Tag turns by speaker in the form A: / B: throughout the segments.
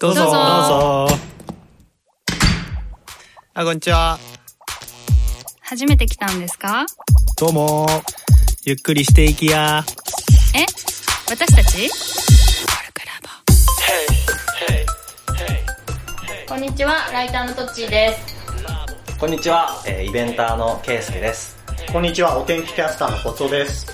A: どうぞ
B: どうぞ
A: あ、こんにちは。
B: 初めて来たんですか
A: どうも。ゆっくりしていきや。
B: え私たち
C: こんにちは、ライターのトッチーです。
D: こんにちは、えーイベンターのケイスケです。
E: こんにちは、お天気キャスターのコツオです。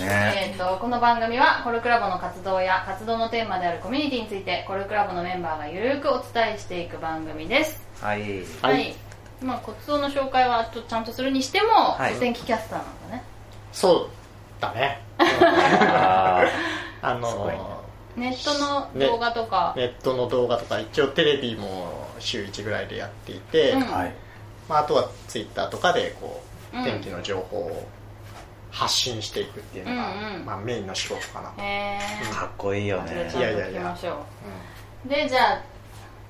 D: ね、
C: えっ、と、この番組はコルクラボの活動や活動のテーマであるコミュニティについてコルクラボのメンバーがゆるくお伝えしていく番組です。
D: はい。
E: はい
C: まあ、コツオの紹介はちょっとちゃんとするにしても、
D: はい
C: お天気キャスターなんだね。
E: そうだね。
D: あ
E: あ
D: すごいね
E: の、
C: ネットの動画とか、
E: ネットの動画とか、一応テレビも週1ぐらいでやっていて、
C: うん
D: ーはい。
E: まあ、あとはツイッターとかで、こ
C: うん
E: う、天気の情報を発信していくっていうのが、
C: うんうん
E: まあ、メインの仕事かな。
C: え
D: かっこいいよ
C: ー、
D: ね
C: じ。ゃあちゃんと聞きましょう。
E: う
C: で、じゃあ、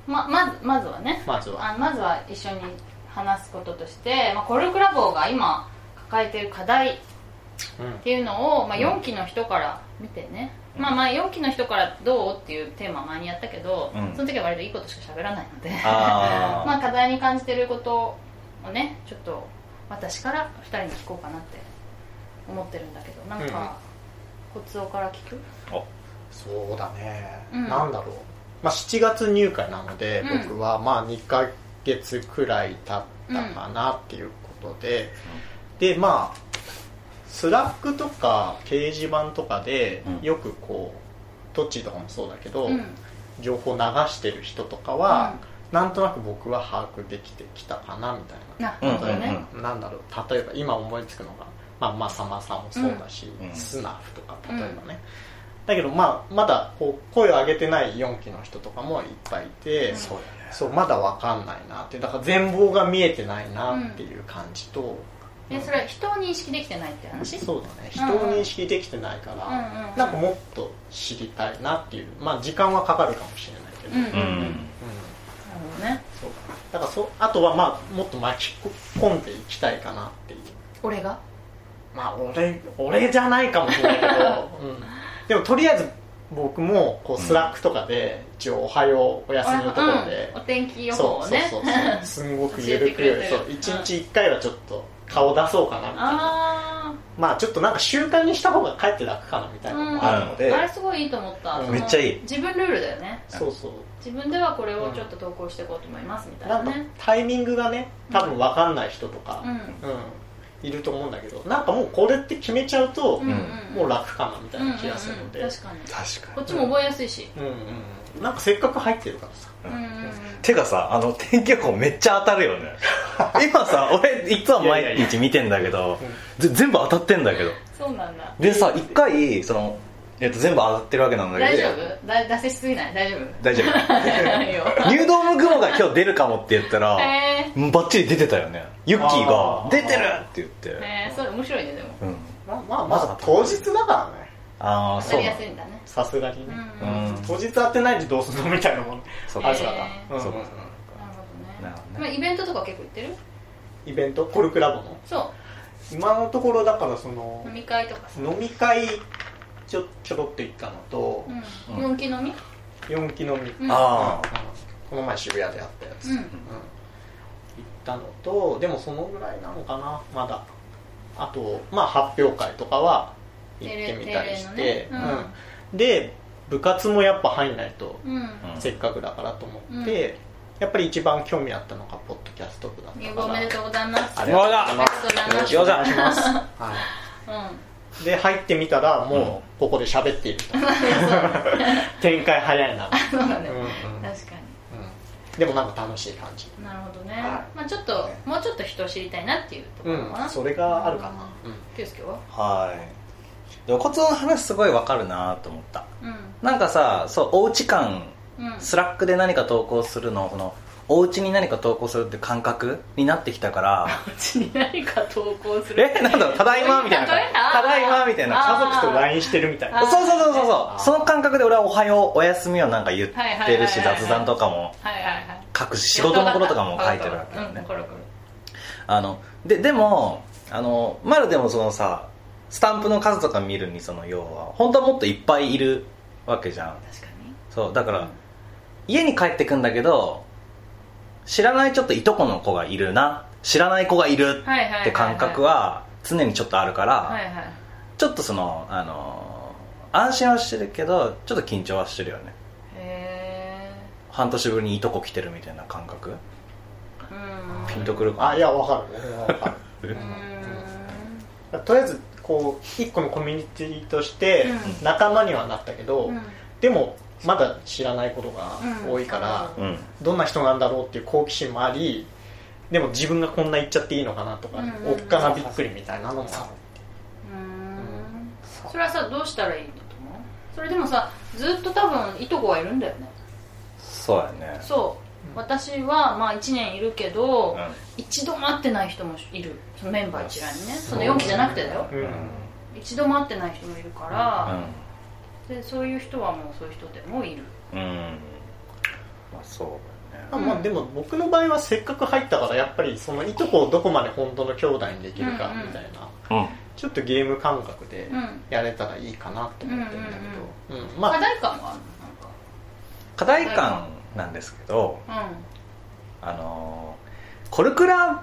C: ま、まず、まずはね
E: ん、。まずは、
C: あまずは一緒に話すこととして、まあ、コルクラボが今抱えている課題っていうのを、まあ、4期の人から見てね、まあまあ4期の人からどうっていうテーマ前にやったけど、
D: うん
C: その時は割といいことしか喋らないので
D: あー
C: まあ課題に感じてることをねちょっと私から2人に聞こうかなって思ってるんだけどなんか、コツオから聞く
E: そうだね、
C: うん
E: なんだろう、まあ、7月入会なので、
C: うん
E: 僕はまあ2ヶ月くらい経ったかなっていうことで、でまあスラックとか掲示板とかで
D: うん
E: よくこうどっちとかもそうだけど、
C: うん
E: 情報流してる人とかは、なんとなく僕は把握できてきたかなみたいな
C: な
D: うん
C: るほどね
E: なんだろう例えば今思いつくのが、まあ、まさまさもそうだし、
D: うん
E: スナフとか例えばね、だけど、まあ、まだこう声を上げてない4期の人とかもいっぱいいて、
C: うん
E: そ
D: そううだね。
E: まだわかんないなってだから全貌が見えてないなっていう感じと、
C: でそれは人を認識できてないって話
E: そうだね人を認識できてないか
C: うんうん
E: ら、
C: うん
E: なんかもっと知りたいなっていうまあ時間はかかるかもしれないけど、
C: うんうんうんな
D: う
C: るほ
D: ん。
C: どね
E: そうだからそあとはまあもっと巻き込んでいきたいかなっていう
C: 俺が
E: まあ俺俺じゃないかもしれない けど、うんでもとりあえず僕もこうスラックとかで一応「おはようおやすみ」のところで、
C: うんお天気予報
E: そ
C: を
E: う
C: ね
E: そうそ うそうすごく緩
C: 教えてく
E: く
C: れてる
E: そう一日一回はちょっと顔出そうかなみたいな
C: あ
E: まあちょっとなんか習慣にした方がかえって楽かなみた
C: あ
E: いなの
C: うん
E: もある
D: の
C: あ
D: で
C: れすごいいいと思った
E: うん
C: その
D: めっちゃいい
C: 自分ルールだよね
E: そうそう
C: 自分ではこれをちょっと投稿していこうと思いますみたい
E: な
C: なん
E: か
C: ね
E: タイミングがね多分分かんない人とか
C: うん、
E: うん、いると思うんだけどなんかもうこれって決めちゃうと、
C: うん
E: もう楽かなみた
C: う
E: い
C: ん
E: な気がするので、
C: うんうん確かに
D: 確
C: こ
D: か
C: っちも覚えやすいし
E: うんうん、なんかせっかく入ってるからさ
C: うんうんうん
D: に。てかさ、あの、天気予報めっちゃ当たるよね。今さ、俺、いつも毎日見てんだけど、ぜ全部当たってんだけど。
C: そうなんだ
D: でさ、一回、その、えっと、全部当たってるわけなんだ
C: 大
D: けど。
C: 丈夫だ出せしすぎない大丈夫
D: 大丈夫。
C: ないよ
D: ニュードーム雲が今日出るかもって言ったら、
C: へ
D: バッチリ出てたよね。ユッキー
E: あ
D: が
E: ー、
D: 出てるって言って。
C: えねえそれ面白いねでも
D: うん。
E: まあまあまあ当日だからね
D: ああ、
C: 当た
D: そう
C: り
D: な
C: や
D: ん
C: すいんだね
E: さすがに
C: う
E: ね、
C: んうん
D: う
C: なる
D: ん。
E: 当日当てないでどうするのみたいなもん
D: そう
E: あ
D: か
E: る
C: そ
E: か
C: う
E: ら
C: か
E: うんうん
D: そうかなる
C: ほ
D: ほ
C: どね
D: どね
C: まあイベントとか結構行ってる
E: イベントコルクラボの
C: そ
E: 今のところだからその
C: う飲み会とかさ
E: 飲み会ちょちょろっと行ったのと、
C: う
D: うん
C: ん4期飲み
E: 四期飲
C: う
E: み、
C: ん
D: あ
E: この前渋谷でやったやつ、
C: うん
E: 行ったのとでもそのぐらいなのかなまだあとまあ発表会とかは行ってみたりして、
C: 定例定例のね
E: うんで部活もやっぱ入んないと
C: うん
D: あ、うん
E: せっかくだからと思
C: うん
E: って、やっぱり一番興味あったのがポッドキャスト部だった
C: 入部
E: か
C: お
E: ら
C: めでとうございます
E: ありがとうございます
C: ありがとうございます
E: よろしくお願いします、は
C: うん
E: い、で入ってみたらもうここで喋っていると、 展開早いな、
C: そうだね
E: うんうん
C: 確かに
E: でもなんか楽しい感じ
C: なるほどね、
E: はい
C: まあちょっともうちょっと人を知りたいなっていうとこ
E: う
C: ろかな、
E: んそれがあるかな、うん
C: 圭介は
D: はい。でも、コツの話すごいわかるなと思った。
C: うん
D: なんかさ、そう、おうち感、
C: うん
D: スラックで何か投稿するの、その、おうちに何か投稿するって感覚になってきたから、
C: うちに何か投稿する
D: え、なんだろう、ただいまみたいな感じ。ただいまみたいな
C: あー
D: 感
E: 家族と LINE してるみたいな
C: あー
D: じ。そうそうそうそうそ
E: あー
D: う。その感覚で俺はおはよう、おやすみをなんか言ってるし、
C: はいはいはいはい
D: 雑談とかも
C: はいはいはい
D: 書くし、仕事のこととかも書いてるわけだよ
C: う
D: ね
C: ん。コロコロ
D: あのででもあのまだでもそのさスタンプの数とか見るにその要は本当はもっといっぱいいるわけじゃん
C: 確か
D: そそうだから、家に帰ってくんだけど知らないちょっといとこの子がいるな知らない子がいる
C: はいはいはいはい
D: って感覚は常にちょっとあるから、
C: はいはい
D: ちょっとそのあの安心はしてるけどちょっと緊張はしてるよね
C: へ
D: 半年ぶりにいとこ来てるみたいな感覚
C: えうん
D: ピンとくるかな
E: あいやわかるわか
C: うー
E: るとりあえずこう一個のコミュニティとして
C: う
E: 仲間にはなったけど、
C: んうん
E: でもまだ知らないことが多いから、
D: うん
E: どんな人なんだろうっていう好奇心もありでも自分がこんな言っちゃっていいのかなとか、
C: うん
E: おっかなびっくりみたいなのもあ
C: うーんそれはさどうしたらいいのと思うそれでもさずっと多分いとこはいるんだよね
D: そうやね
C: そう、
E: うん
C: 私はまあ1年いるけど、
D: うん
C: 一度も会ってない人もいるそのメンバー一覧にねその
E: そう
C: 4期じゃなくてだよ
E: る、うん
C: 一度も会ってない人もいるか
D: う
C: ら、
D: ん
C: でそういう人はもうそういう人でもいる
D: うんまあそうだね
E: まあ、でも僕の場合はせっかく入ったからやっぱりそのいとこをどこまで本当の兄弟にできるか
C: うんうん
E: みたいな、
D: うん
E: ちょっとゲーム感覚で
C: うん
E: やれたらいいかなと思ってるんだけど、うんま
C: 課
E: あ
C: 題感はある
D: 課題感なんですけど
C: のなんか
D: あのーコルクラ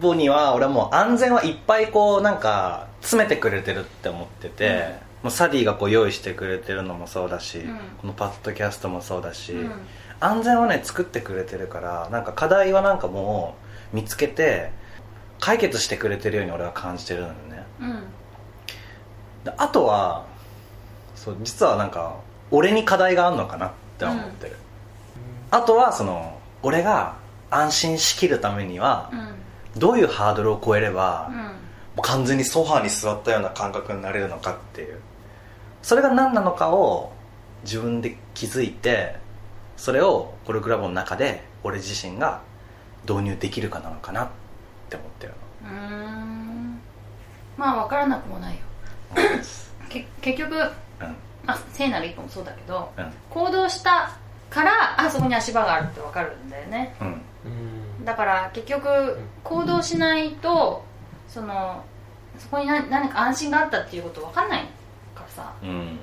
D: ボには俺はもう安全はいっぱいこうなんか詰めてくれてるって思ってて、
C: うん
D: もうサディがこう用意してくれてるのもそうだし、
C: ん
D: このパッドキャストもそうだし、
C: うんうん
D: 安全はね作ってくれてるからなんか課題はなんかもう見つけて解決してくれてるように俺は感じてるのね
C: うん
D: であとはそう実はなんか俺に課題があるのかなって思ってる、あとはその俺が安心しきるためには
C: うん
D: どういうハードルを超えれば
C: う、ん
D: 完全にソファーに座ったような感覚になれるのかっていうそれが何なのかを自分で気づいてそれをコルクラボの中で俺自身が導入できるかなのかなって思 ってる
C: うーんまあ分からなくもないよけ結局、まあ、聖なる一歩もそうだけど
D: の
C: 行動したからあそこに足場があるって分かるんだよね
D: うんうん
E: うん
C: だから結局行動しないとそのそこに何何か安心があったっていうこと分かんないからさ
D: うんうん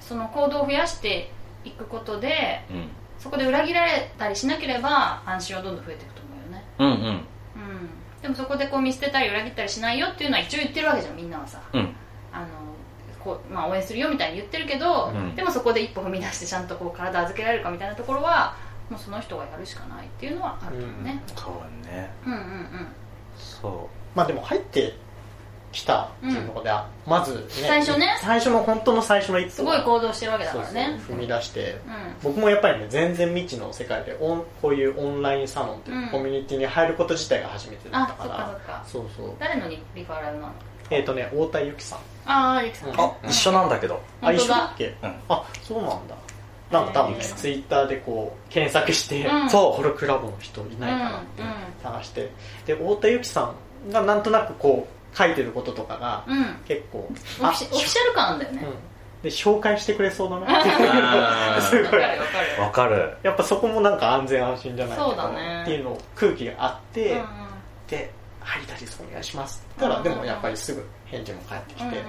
C: その行動を増やしていくことで
D: うん
C: そこで裏切られたりしなければ安心はどんどん増えていくと思うよね
D: うんうん
C: うんでもそこでこう見捨てたり裏切ったりしないよっていうのは一応言ってるわけじゃんみんなはさ
D: うん
C: あのこう、まあ、応援するよみたいに言ってるけど、
D: うん
C: でもそこで一歩踏み出してちゃんとこう体預けられるかみたいなところはもうその人がやるしかないっていうのはあるよね、
D: そうね
C: うん、うん
D: そ
E: まあでも入ってきたっていうところで、あまず、ね、
C: 最初ね
E: 最初の本当の最初の一歩
C: すごい行動してるわけだからね
E: そうそう踏み出して
C: う
E: 僕もやっぱりね全然未知の世界でオンこういうオンラインサロンっていううんコミュニティに入ること自体が初めて
C: ん
E: だっ
C: あ
E: たか
C: そっ
E: ら、
C: かそっか
E: そうそう
C: 誰のリファラルなの
E: えっ、とね太田由紀さん
C: ああリキさん、
E: う
C: ね
E: ん
D: うあ一緒なんだけど
E: あ
C: 本
E: 一
C: 当
E: 緒だ
C: だ
E: っけ、
D: うん
E: あそうなんだなんか多分
C: へ
E: ね
C: ー
E: ツイッターでこう検索して、
C: うん
E: そうホロクラブの人いないかなって
C: うんうん
E: 探してで太田由紀さんがなんとなくこう書いてることとかが
C: うんオ
E: 結構、
C: フィシオフィシャル感だよね
E: うん、で紹介してくれそうだなっていう
D: あー
E: す
C: わ
E: ご
C: か
E: い
C: るわかる
D: わかる
E: やっぱそこもなんか安全安心じゃないけど
C: そうだね
E: っていうのを空気があって、
C: うんうん
E: で「ハリタリスお願いします」って言ったら、
C: うん
E: でもやっぱりすぐ返事も返ってきて、
D: う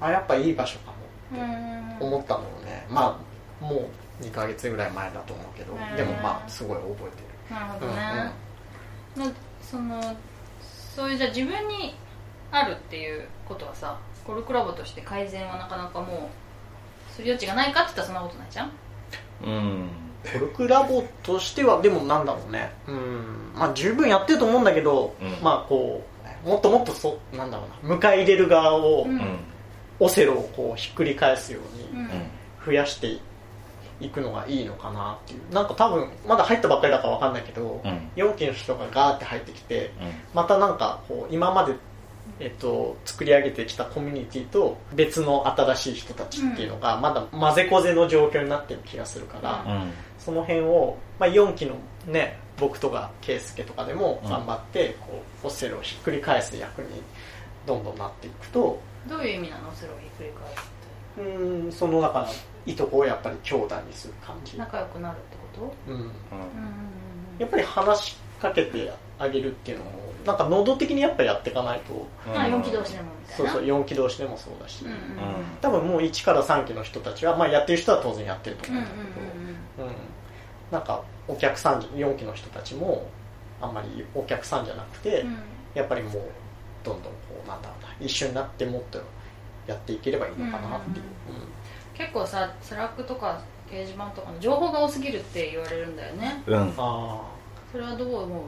E: あやっぱいい場所かも
C: うんうんうん
E: 思ったのをねまあもう2ヶ月ぐらい前だと思うけど、
C: うん
E: でもまあすごい覚
C: なる
E: え
C: ほ
E: て
C: ど
E: る、
C: ね、なそのそういうじゃあ自分にあるっていうことはさコルクラボとして改善はなかなかもうする余地がないかって言ったらそんなことないじゃん
D: うん
E: うんコルクラボとしてはでもなんだろうねうんまあ十分やってると思うんだけど、
D: うん
E: まあこうもっともっとそうなんだろうな迎え入れる側を、
C: うん
D: うん
E: オセロをこうひっくり返すように、
C: うんうん
E: 増やしていくのがいいのかなっていうなんか多分まだ入ったばっかりだからわかんないけど、
D: うん
E: 4期の人がガーって入ってきて
D: うん
E: またなんかこう今まで、えっと、作り上げてきたコミュニティと別の新しい人たちっていうのがまだ混ぜこぜの状況になってる気がするから、
C: う
D: うん
E: その辺を、まあ、4期のね僕とか圭介とかでも頑張ってこうオセロをひっくり返す役にどんどんなっていくと
C: どういう意味なのそれをひっくり返すっ
E: うんその中のいとこをやっぱり兄弟にする感じ
C: て、仲良くなるってこと
E: うん、
D: うん
C: うんうん
E: やっぱり話しかけてあげるっていうのをなんか能動的にやっぱやっていかないと
C: うんまあ4期同士でもみたい
E: そう
C: な
E: そう
C: う
E: 4期同士でもそうだし、
C: んうんうん
D: う
E: 多分もう1から3期の人たちは、まあ、やってる人は当然やってると
C: うん
E: 思
C: う
E: うんんだけ
C: うんうん
E: ど、なんかお客さんじゃ4期の人たちもあんまりお客さんじゃなくて、
C: うん
E: やっぱりもうどんどんこうなんだろうな一緒になってもっとやっていければいいのかなっていう、
C: 結構さスラックとか掲示板とかの情報が多すぎるって言われるんだよね
D: うん
E: ああ
C: それはどう思う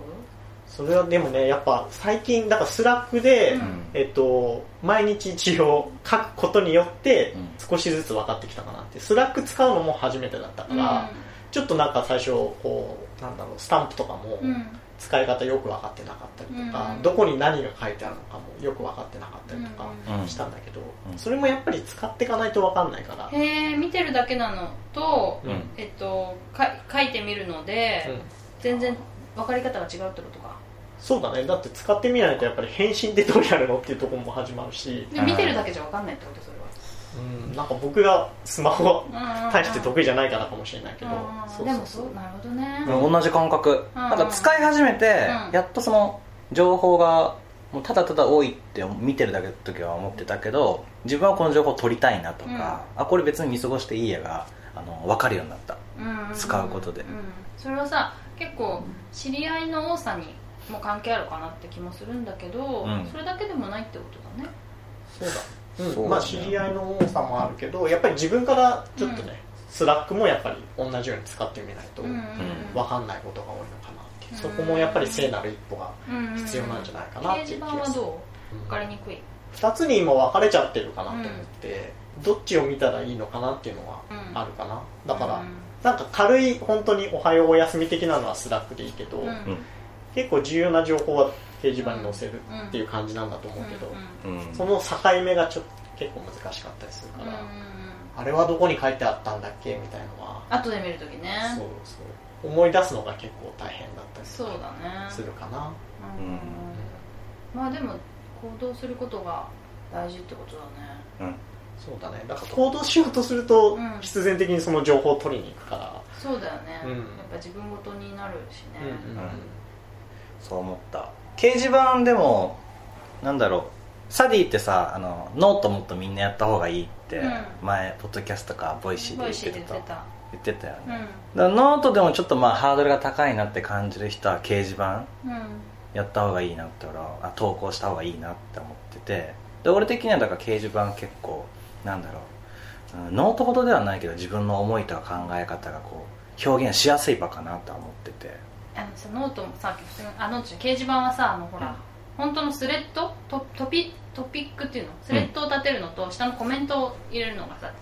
E: それはでもねやっぱ最近だからスラックで、
C: うん
E: えっと、毎日一応書くことによって
D: うん
E: 少しずつ分かってきたかなってスラック使うのも初めてだったから、ちょっとなんか最初こうなんだろうスタンプとかも
C: うんうん
E: 使い方よく分かってなかったりとか、
C: うん
E: どこに何が書いてあるのかもよく分かってなかったりとか
D: うんうん
E: したんだけど、
D: うん
E: それもやっぱり使っていかないと分かんないから、
C: へえ見てるだけなのと
E: うん
C: えっとか書いてみるので、
E: うん
C: 全然分かり方が違うってことか
E: そうだねだって使ってみないとやっぱり返信ってどうやるのっていうところも始まるし、
C: で
D: うん
C: 見てるだけじゃ分かんないってことそれは
E: うん、なんか僕がスマホ対して
C: ど
E: 得意じゃないからかもしれないけ
C: う
E: ど、
C: んでもそうなるほどね、
D: うん同じ感覚
C: うん
D: なんか使い始めて
C: うん
D: やっとその情報がもうただただ多いって見てるだけの時は思ってたけど自分はこの情報を取りたいなとか、あこれ別に見過ごしていいやがあの分かるようになった
C: うん
D: 使うことで
C: んそれはさ結構知り合いの多さにも関係あるかなって気もするんだけど、
D: うん
C: それだけでもないってことだね
E: そうだ、うん
D: そうだね
E: まあ知り合いの多さもあるけどやっぱり自分からちょっとね、スラックもやっぱり同じように使ってみないと
C: うんうん
E: 分かんないことが多いのかなっていう、
C: うん
E: そこもやっぱり聖なる一歩が
C: うんうん
E: 必要なんじゃないかなっていう気
C: 掲示板
E: が
C: は
E: する、
C: どう分かりにくい、
E: 2つに今分かれちゃってるかなと思って、どっちを見たらいいのかなっていうのはあるかな、だから、なんか軽い本当に「おはようおやすみ」的なのはスラックでいいけど、
C: うんうん
D: うん
E: 結構重要な情報は掲示板に載せるっていう感じなんだと思うけど、
C: うんうん
D: うん
E: その境目がちょっと結構難しかったりするか
C: うんう
E: ら、
C: ん
E: あれはどこに書いてあったんだっけみたいのは、
C: 後で見るときね
E: そうそう思い出すのが結構大変だったり
C: そうだね
E: するかな、
C: う
D: うん
C: んまあでも行動することが大事ってことだね
D: うん
E: そうだねだから行動しようとすると、
C: うん
E: 必然的にその情報を取りに行くから、
C: そうだよね、
E: うん
C: やっぱ自分ごとになるしね、
E: うんうん
D: そう思った掲示板でもなんだろうサディってさあのノートもっとみんなやった方がいいって、
C: うん
D: 前ポッドキャストかボイシーで
C: ボ
D: 言
C: イ
D: っ
C: シー
D: て
C: で
D: た
C: 言ってた
D: 言ってたよね、
C: うん
D: だからノートでもちょっとまあハードルが高いなって感じる人は掲示板
C: うん
D: やった方がいいなって俺はあ投稿した方がいいなって思っててで俺的にはだから掲示板結構なんだろう、うんノートほどではないけど自分の思いとか考え方がこう表現しやすい場かなとは思ってて
C: あのさノートもさ普通のあノートじゃない掲示板はさあのほら、本当のスレッドトトピトピックっていうのスレッドを立てるのと、下のコメントを入れるのがさ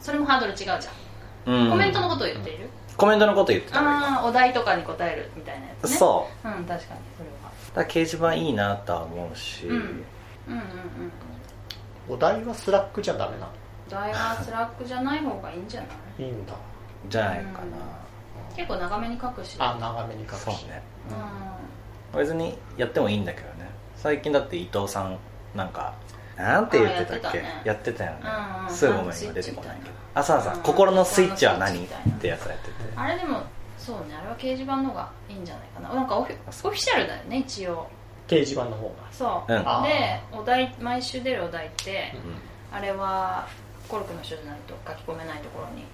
C: それもハードル違うじゃん、
D: うん
C: コメントのことを言っている、
D: コメントのこと言ってたから
C: ああお題とかに答えるみたいなやつね
D: そう
C: うん確かにそれは
D: うだから掲示板いいなとは思うし、
C: うんうんうんうん
E: お題はスラックじゃダメなの
C: お題はスラックじゃない方がいいんじゃない
E: いいんだ
D: じゃないかな、
C: 結構長めに書くし
E: あ長めに書くし
D: そうね
C: う
D: 別にやってもいいんだけどね最近だって伊藤さんなんかなんて言ってたっけ
C: あ
D: やってたよね
C: うんうん
D: すぐごめん今
C: スイッ
D: 出てこないけ
C: チみたい
D: ど
C: な
D: 朝さ
C: うん
D: 心のスイッチは何
C: 心
D: っ
C: のスイッチみたいな
D: てやつをやってて
C: んあれでもそうねあれは掲示板の方がいいんじゃないかななんかオフィオフィシャルだよね一応
E: 掲示板の方が
C: そう、
D: うん
E: あ
C: でお題毎週出るお題って、
E: う
C: あれはコルクの人じゃないと書き込めないところに、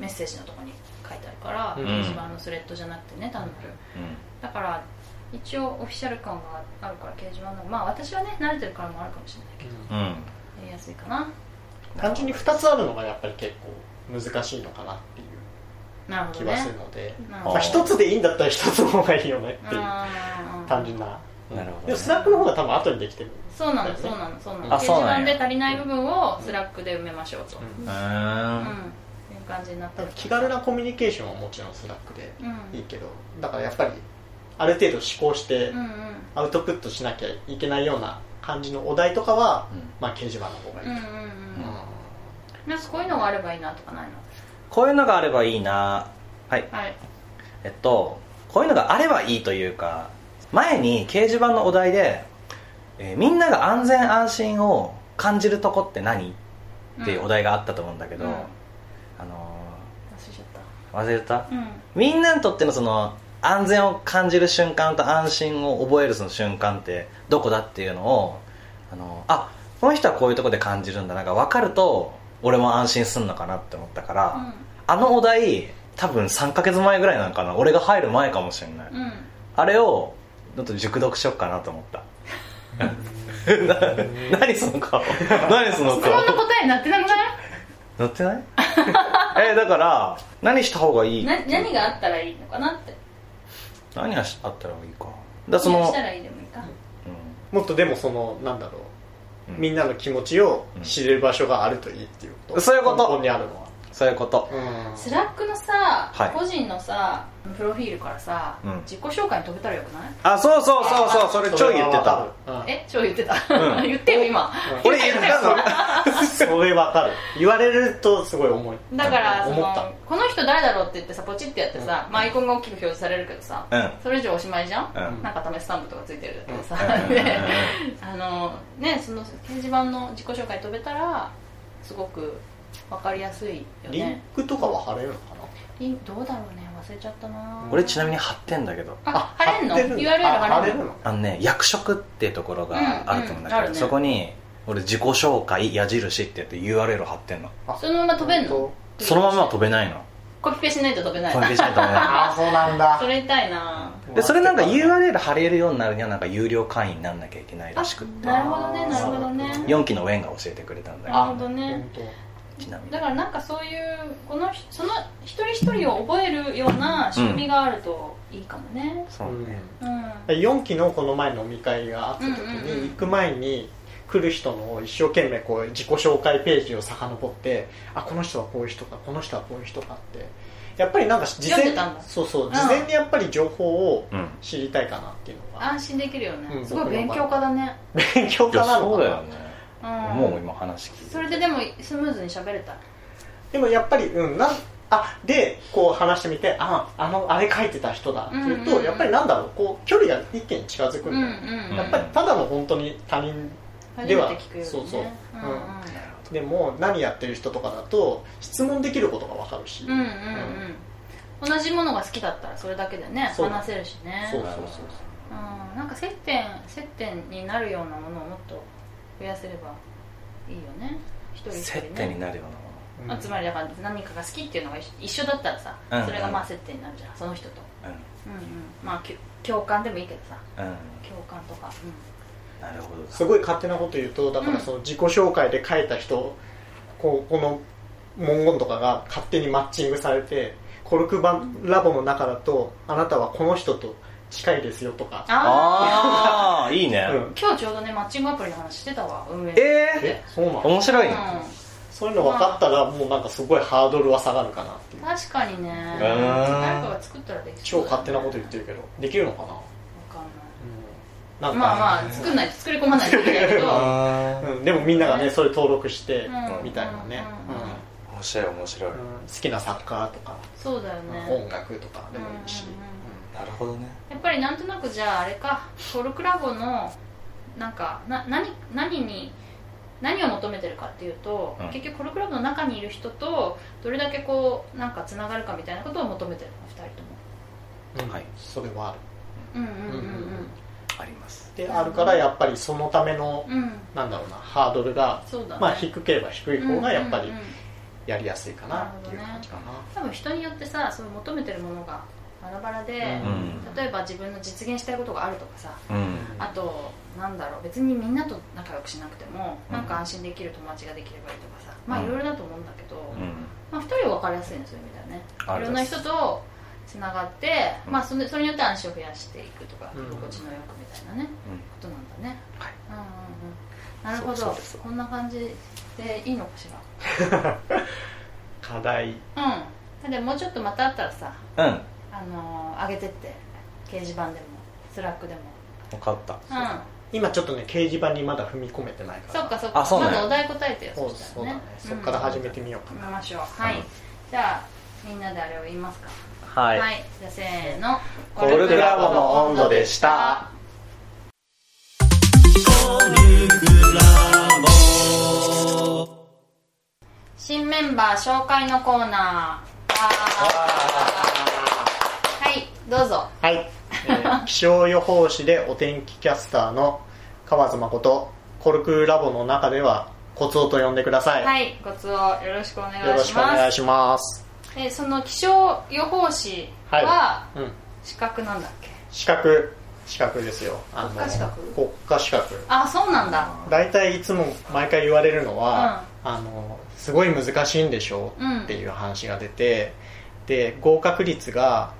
C: メッセージのところに書いてあるから、
E: うん
C: 掲示板のスレッドじゃなくてね単なるだから一応オフィシャル感があるから掲示板のまあ私はね慣れてるからもあるかもしれないけど
E: ん
D: うんうん
C: やりやすいかな
E: 単純に2つあるのがやっぱり結構難しいのかなっていう
C: なるほ
E: 気
C: ど
E: は
C: ね
E: するので、
C: なるほ
E: まあ、
C: ど
E: 1つでいいんだったら1つの方がいいよねっていう
C: うん
E: 単純な
D: なるほどね
E: でもスナックの方が多分後にできてる
C: そうなのそうなのそうなの
D: あ
C: 掲示
D: そうなんや
C: 板で足りない部分をスラックで埋めましょうと
E: うん
D: うー
C: うん
D: ん
C: っていう感じになって
E: だか
C: る
E: ら気軽なコミュニケーションはもちろんスナックで
C: うん
E: いいけどだからやっぱりある程度思考して
C: うんうん
E: アウトプットしなきゃいけないような感じのお題とかは、
D: うん
E: まあ、掲示板の方がいい、
C: うんうんうんなんかこういうのがあればいいなとかないの
D: こういうのがあればいいなはい
C: はい
D: えっとこういうのがあればいいというか前に掲示板のお題で、えーみんなが安全安心を感じるとこって何?」っていうお題があったと思うんだけど、
C: うん
D: あの
C: 忘れちゃった
D: ー忘れた、
C: う
D: みんなにとってのその安全を感じる瞬間と安心を覚えるその瞬間ってどこだっていうのをあのあこの人はこういうとこで感じるんだなんか分かると俺も安心すんのかなって思ったから、
C: ん
D: あのお題多分3ヶ月前ぐらいなのかな俺が入る前かもしれない、
C: うん
D: あれをちょっと熟読しよっかなと思ったな何その顔何その
C: 質問の
D: 顔
C: 答えになってなくない
D: 乗ってないえだから何した方がいい
C: な何があったらいいのかなって
D: 何がしあったらいいかだからそ
C: 何
D: の
C: したらいいでもいいか
E: もっとでもそのなんだろう、
D: うん
E: みんなの気持ちを知れる場所があるといいっていうこと、
D: うんそういうこと
E: 根本にあるのは
D: そういうこと
C: スラックのさ、
D: はい
C: 個人のさプロフィールからさ、
D: うん
C: 自己紹介に飛べたらよくない
D: あそうそうそうそうそれちょい言ってた
E: た
C: え超言ってた、
D: うん
C: 言ってよ今
D: 俺言ったの
E: それわかる言われるとすごい重い
C: だからそ
E: 思った
C: のこの人誰だろうって言ってさポチってやってさ、まあ、アイコンが大きく表示されるけどさ、
D: うん
C: それ以上おしまいじゃん、
D: うん
C: なんか試しスタンプとかついてるだけでさ、
D: うん
C: であのねその掲示板の自己紹介飛べたらすごく分かりやすいよ
E: リン
C: ね
E: クとかは貼れるのかな
C: リンどうだろうね忘れちゃったな
D: 俺ちなみに貼ってんだけど
C: あ貼れんの
E: 貼ってる
C: URL
E: あ
C: 貼れん
E: る
C: の
E: の
D: あのね役職ってところがあると思うんだけど、
C: うんうんあるね
D: そこに俺自己紹介矢印ってやって URL 貼ってんの
E: あ
C: そのまま飛べんの
D: そのままは飛べないの
C: コピペしないと飛べない
D: コンビじゃ飛 べな
E: あそうなんだ
C: それ痛いな
D: いうでそれなんか URL 貼れるようになるにはなんか有料会員になんなきゃいけないらしくって
C: なるほどねなるほどね
D: 4期のウェンが教えてくれたんだ
C: なる
D: よ
C: ほどね
E: 本当
D: ちなみに
C: だからなんかそういうこの人その一人一人を覚えるような仕組みがあるといいかもね
D: そうね
C: うん、
E: 4期のこの前飲み会があった時
C: うんうんうん
E: に行く前に来る人の一生懸命こう自己紹介ページを遡ってあこの人はこういう人かこの人はこういう人かってやっぱりなんか事
C: 読ん
E: 前
C: でたんだ
E: そうそううん事前にやっぱり情報を
D: うん
E: 知りたいかなっていうのが
C: 安心できるよね、
E: うん
C: すごい勉強家だね、
E: 勉強
D: いや
E: 家なの
D: そう
E: か
D: だ
E: な
D: よね
C: うん、
D: もう今話聞いて
C: それででもスムーズに喋れた
E: でもやっぱりうんなんあでこう話してみてああのあれ書いてた人だってい
C: う
E: うと、
C: んうんうん
E: やっぱりなんだろうこう距離が一気に近づく
C: うんんう
E: だよ
C: ん
E: ね、やっぱりただの本当に他人
C: 初めて
E: では
C: 聞くよね
E: そうそう
C: うん
E: でも何やってる人とかだと質問できることが分かるし、
C: うんうんうんうん同じものが好きだったらそれだけでね
E: そう
C: 話せるしね
E: そうそうそう
C: うん、なんか接点接点になるようなものをもっと増やせればいいよね一人一人
D: 接
C: ね
D: 点になるよう
E: うん
C: あつまりだから何かが好きっていうのが一緒一緒だったらさ、
D: うん
C: それがまあ接点になるじゃんその人と、
D: なも
C: うんうん、まあきゅ共感でもいいけどさ
D: のうんうん
C: 共感とか、
D: なるほど
E: すごい勝手なこと言うとだからその自己紹介で書いた人、こうこの文言とかが勝手にマッチングされてコルクバラボの中だとあなたはこの人と近いですよと
C: あ
E: か、
C: あ
D: ああいいね
E: うん、
C: 今日ちょうどねマッチングアプリの話してたわ運営
D: え
E: えそうな
D: ー
E: の
D: 面白い
C: う
D: ね
E: そういうの分かったらもうなんかすごいハードルは下がるかなってい
C: ん、
E: う
C: 確かにね
D: ん
C: 誰かが作ったらでき
E: 超勝手なこと
C: わ
E: 言ってるけどできるのかな、
C: かんな
E: な
C: んい
E: か
C: まあまあ作んないと作り込まないといけないけど面
D: あー
E: うん、でもみんながねそれ登録して、
C: うん
E: みたいなね、
C: うん
E: うん
D: 面白い面白い
E: うん好きな作家とか、
C: そうだよね、
E: 音楽とかでもいいし、
C: うんうん
D: なるほどね
C: やっぱりなんとなくじゃああれかコルクラボのなんかな何何に何を求めてるかっていうと、
D: うん
C: 結局コルクラボの中にいる人とどれだけこうなんかつながるかみたいなことを求めてるの2人とも
E: うん
D: はい
E: それはある
C: うんうんうん
D: あります
E: であるからやっぱりそのための、
C: うんうん
E: なんだろうなハードルが、
C: そうだね
E: まあ、低ければ低い方がやっぱ
C: う
E: り
C: んうんうん
E: やりやすいかなっていう
C: なるほどね
E: 感じかな、
C: 多分人によってさその求めてるものがバラバラで、
D: ん
C: 例えば自分の実現したいことがあるとかさ
D: うん
C: あとなんだろう別にみんなと仲良くしなくても
D: うん
C: なんか安心できる友達ができればいいとかさま
D: う
C: あ
D: ん
C: いろいろだと思うんだけど、
D: うん
C: まあ、2人は分かりやすいんですよみたいなね
D: あ
C: い
D: り
C: ろんな
D: ます
C: 人とつながって、
D: うん
C: まあ、それそれによって安心を増やしていくとか、
E: うん
C: 心地のよくみたいなね
D: うん
C: ことなんだね、
D: はい
C: うんうんうん、なるほ
D: そうそう
C: ど
D: です
C: こんな感じでいいのかし
E: 課題
C: らうんでもうちょっとまたあったらさ、
D: うん
C: あのー上げてって掲示板でもスラックでも
D: 分かった
C: うん
E: 今ちょっとね掲示板にまだ踏み込めてないから
C: そっかそっか
D: あそうな
C: ま
D: んや
C: だお題答えてよ
E: そう
C: した
E: そう
C: ら
E: だ
C: ね
E: ね、そっから始めてみようか
C: うん
E: な、
C: 見ましょうはい、
D: うん
C: じゃあみんなであれを言いますか
D: はい
C: はい、じゃあせーの
E: コルクラボの温度で
D: した
C: 新メンバー紹介のコーナーわーはいどうぞ
E: はい、えー 気象予報士でお天気キャスターの川津誠コルクラボの中ではコツオと呼んでください、
C: はいごつをよろしくお願
E: よ
C: い
E: ろ
C: し
E: しくお願
C: ま
E: い
C: す
E: します
C: えその気象予報士は
E: うん、
C: 資格なんだっけ、
E: 資格資格ですよあの
C: 国家資格
E: 国家資格
C: あそうなんだ
E: 大体いつも毎回言われるのは、あのすごい難しいんでしょ
C: うん
E: っていう話が出て、で合格率が、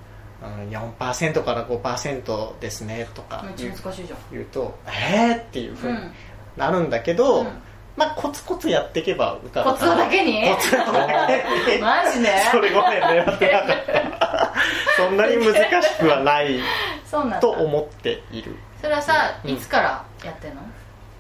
E: うん、4%から5%ですねとか
C: めっち
E: 言
C: ゃ
E: う
C: 難しいじゃん
E: 言うとえーっていうふう
C: う
E: に
C: ん
E: なるんだけど、
C: うん
E: まあコツコツやっていけば受かる
C: コツだけに
E: コツだけ
C: マジで
E: それごめん狙ってなかったそんなに難しくはない
C: そうなんだ
E: と思っている
C: それはさ、
E: うん
C: いつからやってんの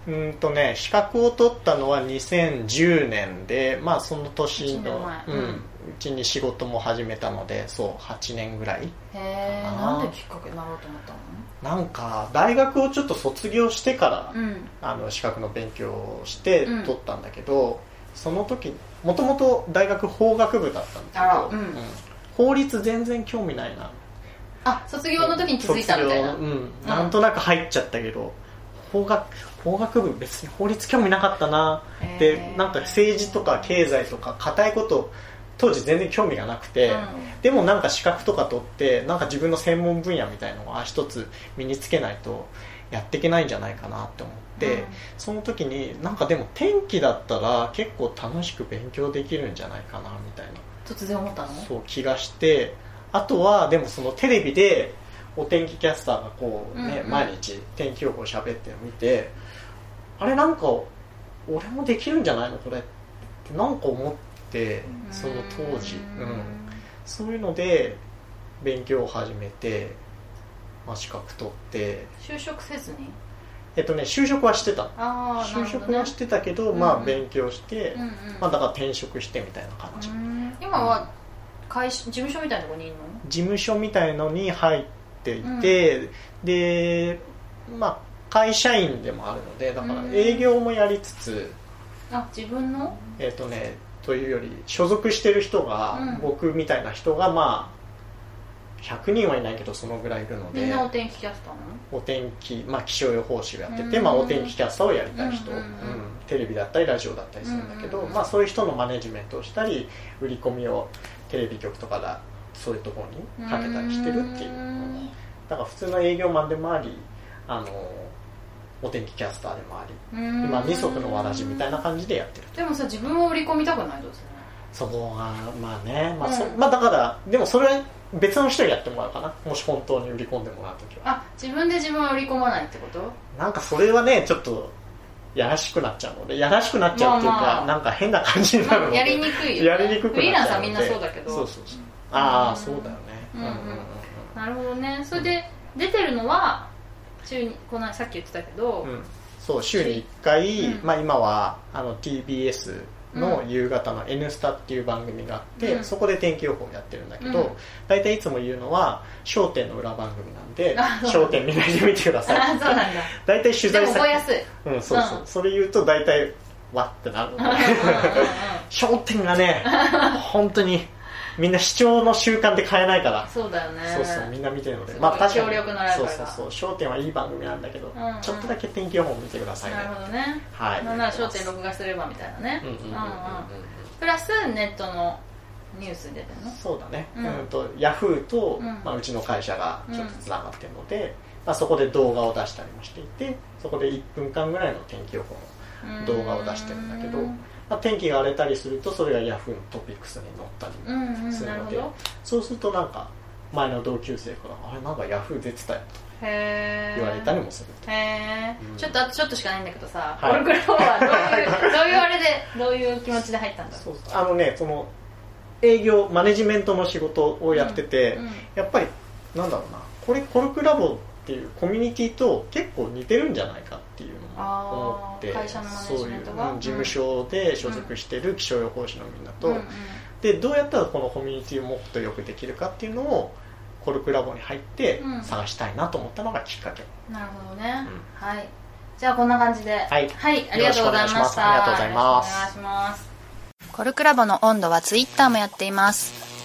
E: うーんとね資格を取ったのは2010年でまあその年
C: 一
E: の
C: 年
E: う
C: 前
E: ん
C: うん
E: うちに仕事も始めたのでそう8年ぐらい
C: へえ
E: あー
C: なんできっかけになろうと思ったの
E: なんか大学をちょっと卒業してから、
C: うん
E: あの資格の勉強をして
C: うん
E: 取ったんだけど、その時もともと大学法学部だったんだけど
C: あらうん
E: 法律全然興味ないな
C: あ卒業の時に気づいたみたいな
E: 卒業うん、なんとなく入っちゃったけど法学法学部別に法律興味なかったなでなんか政治とか経済とか固いこと当時全然興味がなくて、でもなんか資格とか取ってなんか自分の専門分野みたいのをあ一つ身につけないとやっていけないんじゃないかなって思って、
C: うん
E: その時になんかでも天気だったら結構楽しく勉強できるんじゃないかなみたいな
C: 突然思ったの
E: そう気がしてあとはでもそのテレビでお天気キャスターがこうね、
C: うんうん
E: 毎日天気予報喋ってるの見てあれなんか俺もできるんじゃないのこれってなんか思ってその当時
C: う
E: うんんそういうので勉強を始めて、まあ、資格取って
C: 就職せずに
E: えっとね就職はしてた
C: ああな
E: 就
C: るほど
E: 職
C: ね
E: はしてたけど、
C: うん
E: まあ勉強して、
C: うんうん
E: まあ、だから転職してみたいな感じ、
C: うん今は会社事務所みたいなとこにいるの
E: 事務所みたいのに入っていて、で、まあ、会社員でもあるのでだから
C: うん
E: 営業もやりつつ、
C: あ自分の
E: えっ、とねというより所属してる人が、
C: うん
E: 僕みたいな人がまあ100人はいないけどそのぐらいいるの
C: みん
E: で
C: なお天気キャスターなの
E: お天気、まあ、気象予報士をやってて、
C: うん
E: まあ、お天気キャスターをやりたい人、
C: うんうんうん
E: テレビだったりラジオだったりするんだけど、
C: うんうんうん
E: まあ、そういう人のマネジメントをしたり売り込みをテレビ局とかだそういうところにかけたりしてるっていう、
C: うん
E: だから普通の営業マンでもありあのお天気キャスターでもあり
C: うん
E: 今二足のわらじみたいな感じでやってる
C: でもさ自分を売り込みたくないどうする
E: そこがまあね、まあそ
C: うん
E: まあ、だからでもそれは別の人にやってもらうかなもし本当に売り込んでもらう時は
C: あ自分で自分を売り込まないってこと
E: なんかそれはねちょっとやらしくなっちゃうのでやらしくなっちゃうっていうか、
C: まあまあ
E: なんか変な感じになるの
C: まあ
E: で
C: やりにくいよね
E: やりにくくなっちゃうので
C: フリーランスはみんなそうだけど
E: そうそうそうああ、
C: うん
E: そうだよね
C: うんうんなるほどねそれで出てるのは中にこのさっき言ってたけど、
E: うんそう週に1回、
C: うん
E: まあ、今はあの TBS の夕方の「N スタ」っていう番組があって、
C: うん
E: そこで天気予報をやってるんだけ
C: うん
E: ど大体、いつも言うのは『焦点』の裏番組なんで
C: あ
E: 『
C: そう
E: 焦点』見ないで見てくださ い
C: ああそうなんだ
E: 大体取
C: で
E: 材
C: も覚えや
E: 先
C: すい
E: うんそうそう、
C: うん
E: それ言うと大体わってなるので
C: う
E: 焦点が ね本当にみんな視聴の習慣で変えないから
C: んうんうんそうだよね
E: そうそうみんな見てるので
C: そう
E: まあ確かに
C: 強力なライバル
E: そ
C: が
E: うそうそう焦点はいい番組なんだけど、
C: んうん
E: ちょっとだけ天気予報見てくださいね
C: なるほどね
E: はい
C: なんなら『焦点』録画すればみたいなね
E: うんうんうんうんうん
C: プラスネットのニュースに出てるの
E: そうだね、
C: う
E: うんん、とヤフーと、
C: う
E: うんまあ、うちの会社がちょっとつながってるので、まあ、そこで動画を出したりもしていてそこで1分間ぐらいの天気予報の動画を出してるんだけど、
C: うん
E: まあ、天気が荒れたりするとそれがヤフーのトピックスに載ったり
C: うんうん
E: す
C: な
E: る
C: るほ
E: ので、
C: ど
E: そうするとなんか前の同級生から「あれなんかヤフー出てたよ」と
C: へえ
E: 言われたりもすると、
C: へえ、
E: うん
C: ちょっとあとちょっとしかないんだけどさ、
E: はい
C: コルクラボはどう いうどういうあれでどういう気持ちで入ったんだ
E: そうそうあのねその営業マネジメントの仕事をやってて、
C: うん
E: やっぱりなんだろうなこれコルクラボっていうコミュニティと結構似てるんじゃないかっていうのも思って
C: あー会社のマネジメントが
E: そういう、うん事務所で所属してる気象予報士のみんなと、
C: うんうん
E: でどうやったらこのコミュニティをもっとよくできるかっていうのをコルクラボに入って
C: うん
E: 探したいなと思ったのがきっかけ、
C: なるほどね、はいじゃあこんな感じではいありがとうございました
E: よろしくお願いしますありがとうございます
C: よろしくお願いしますコルクラボの温度はツイッターもやっています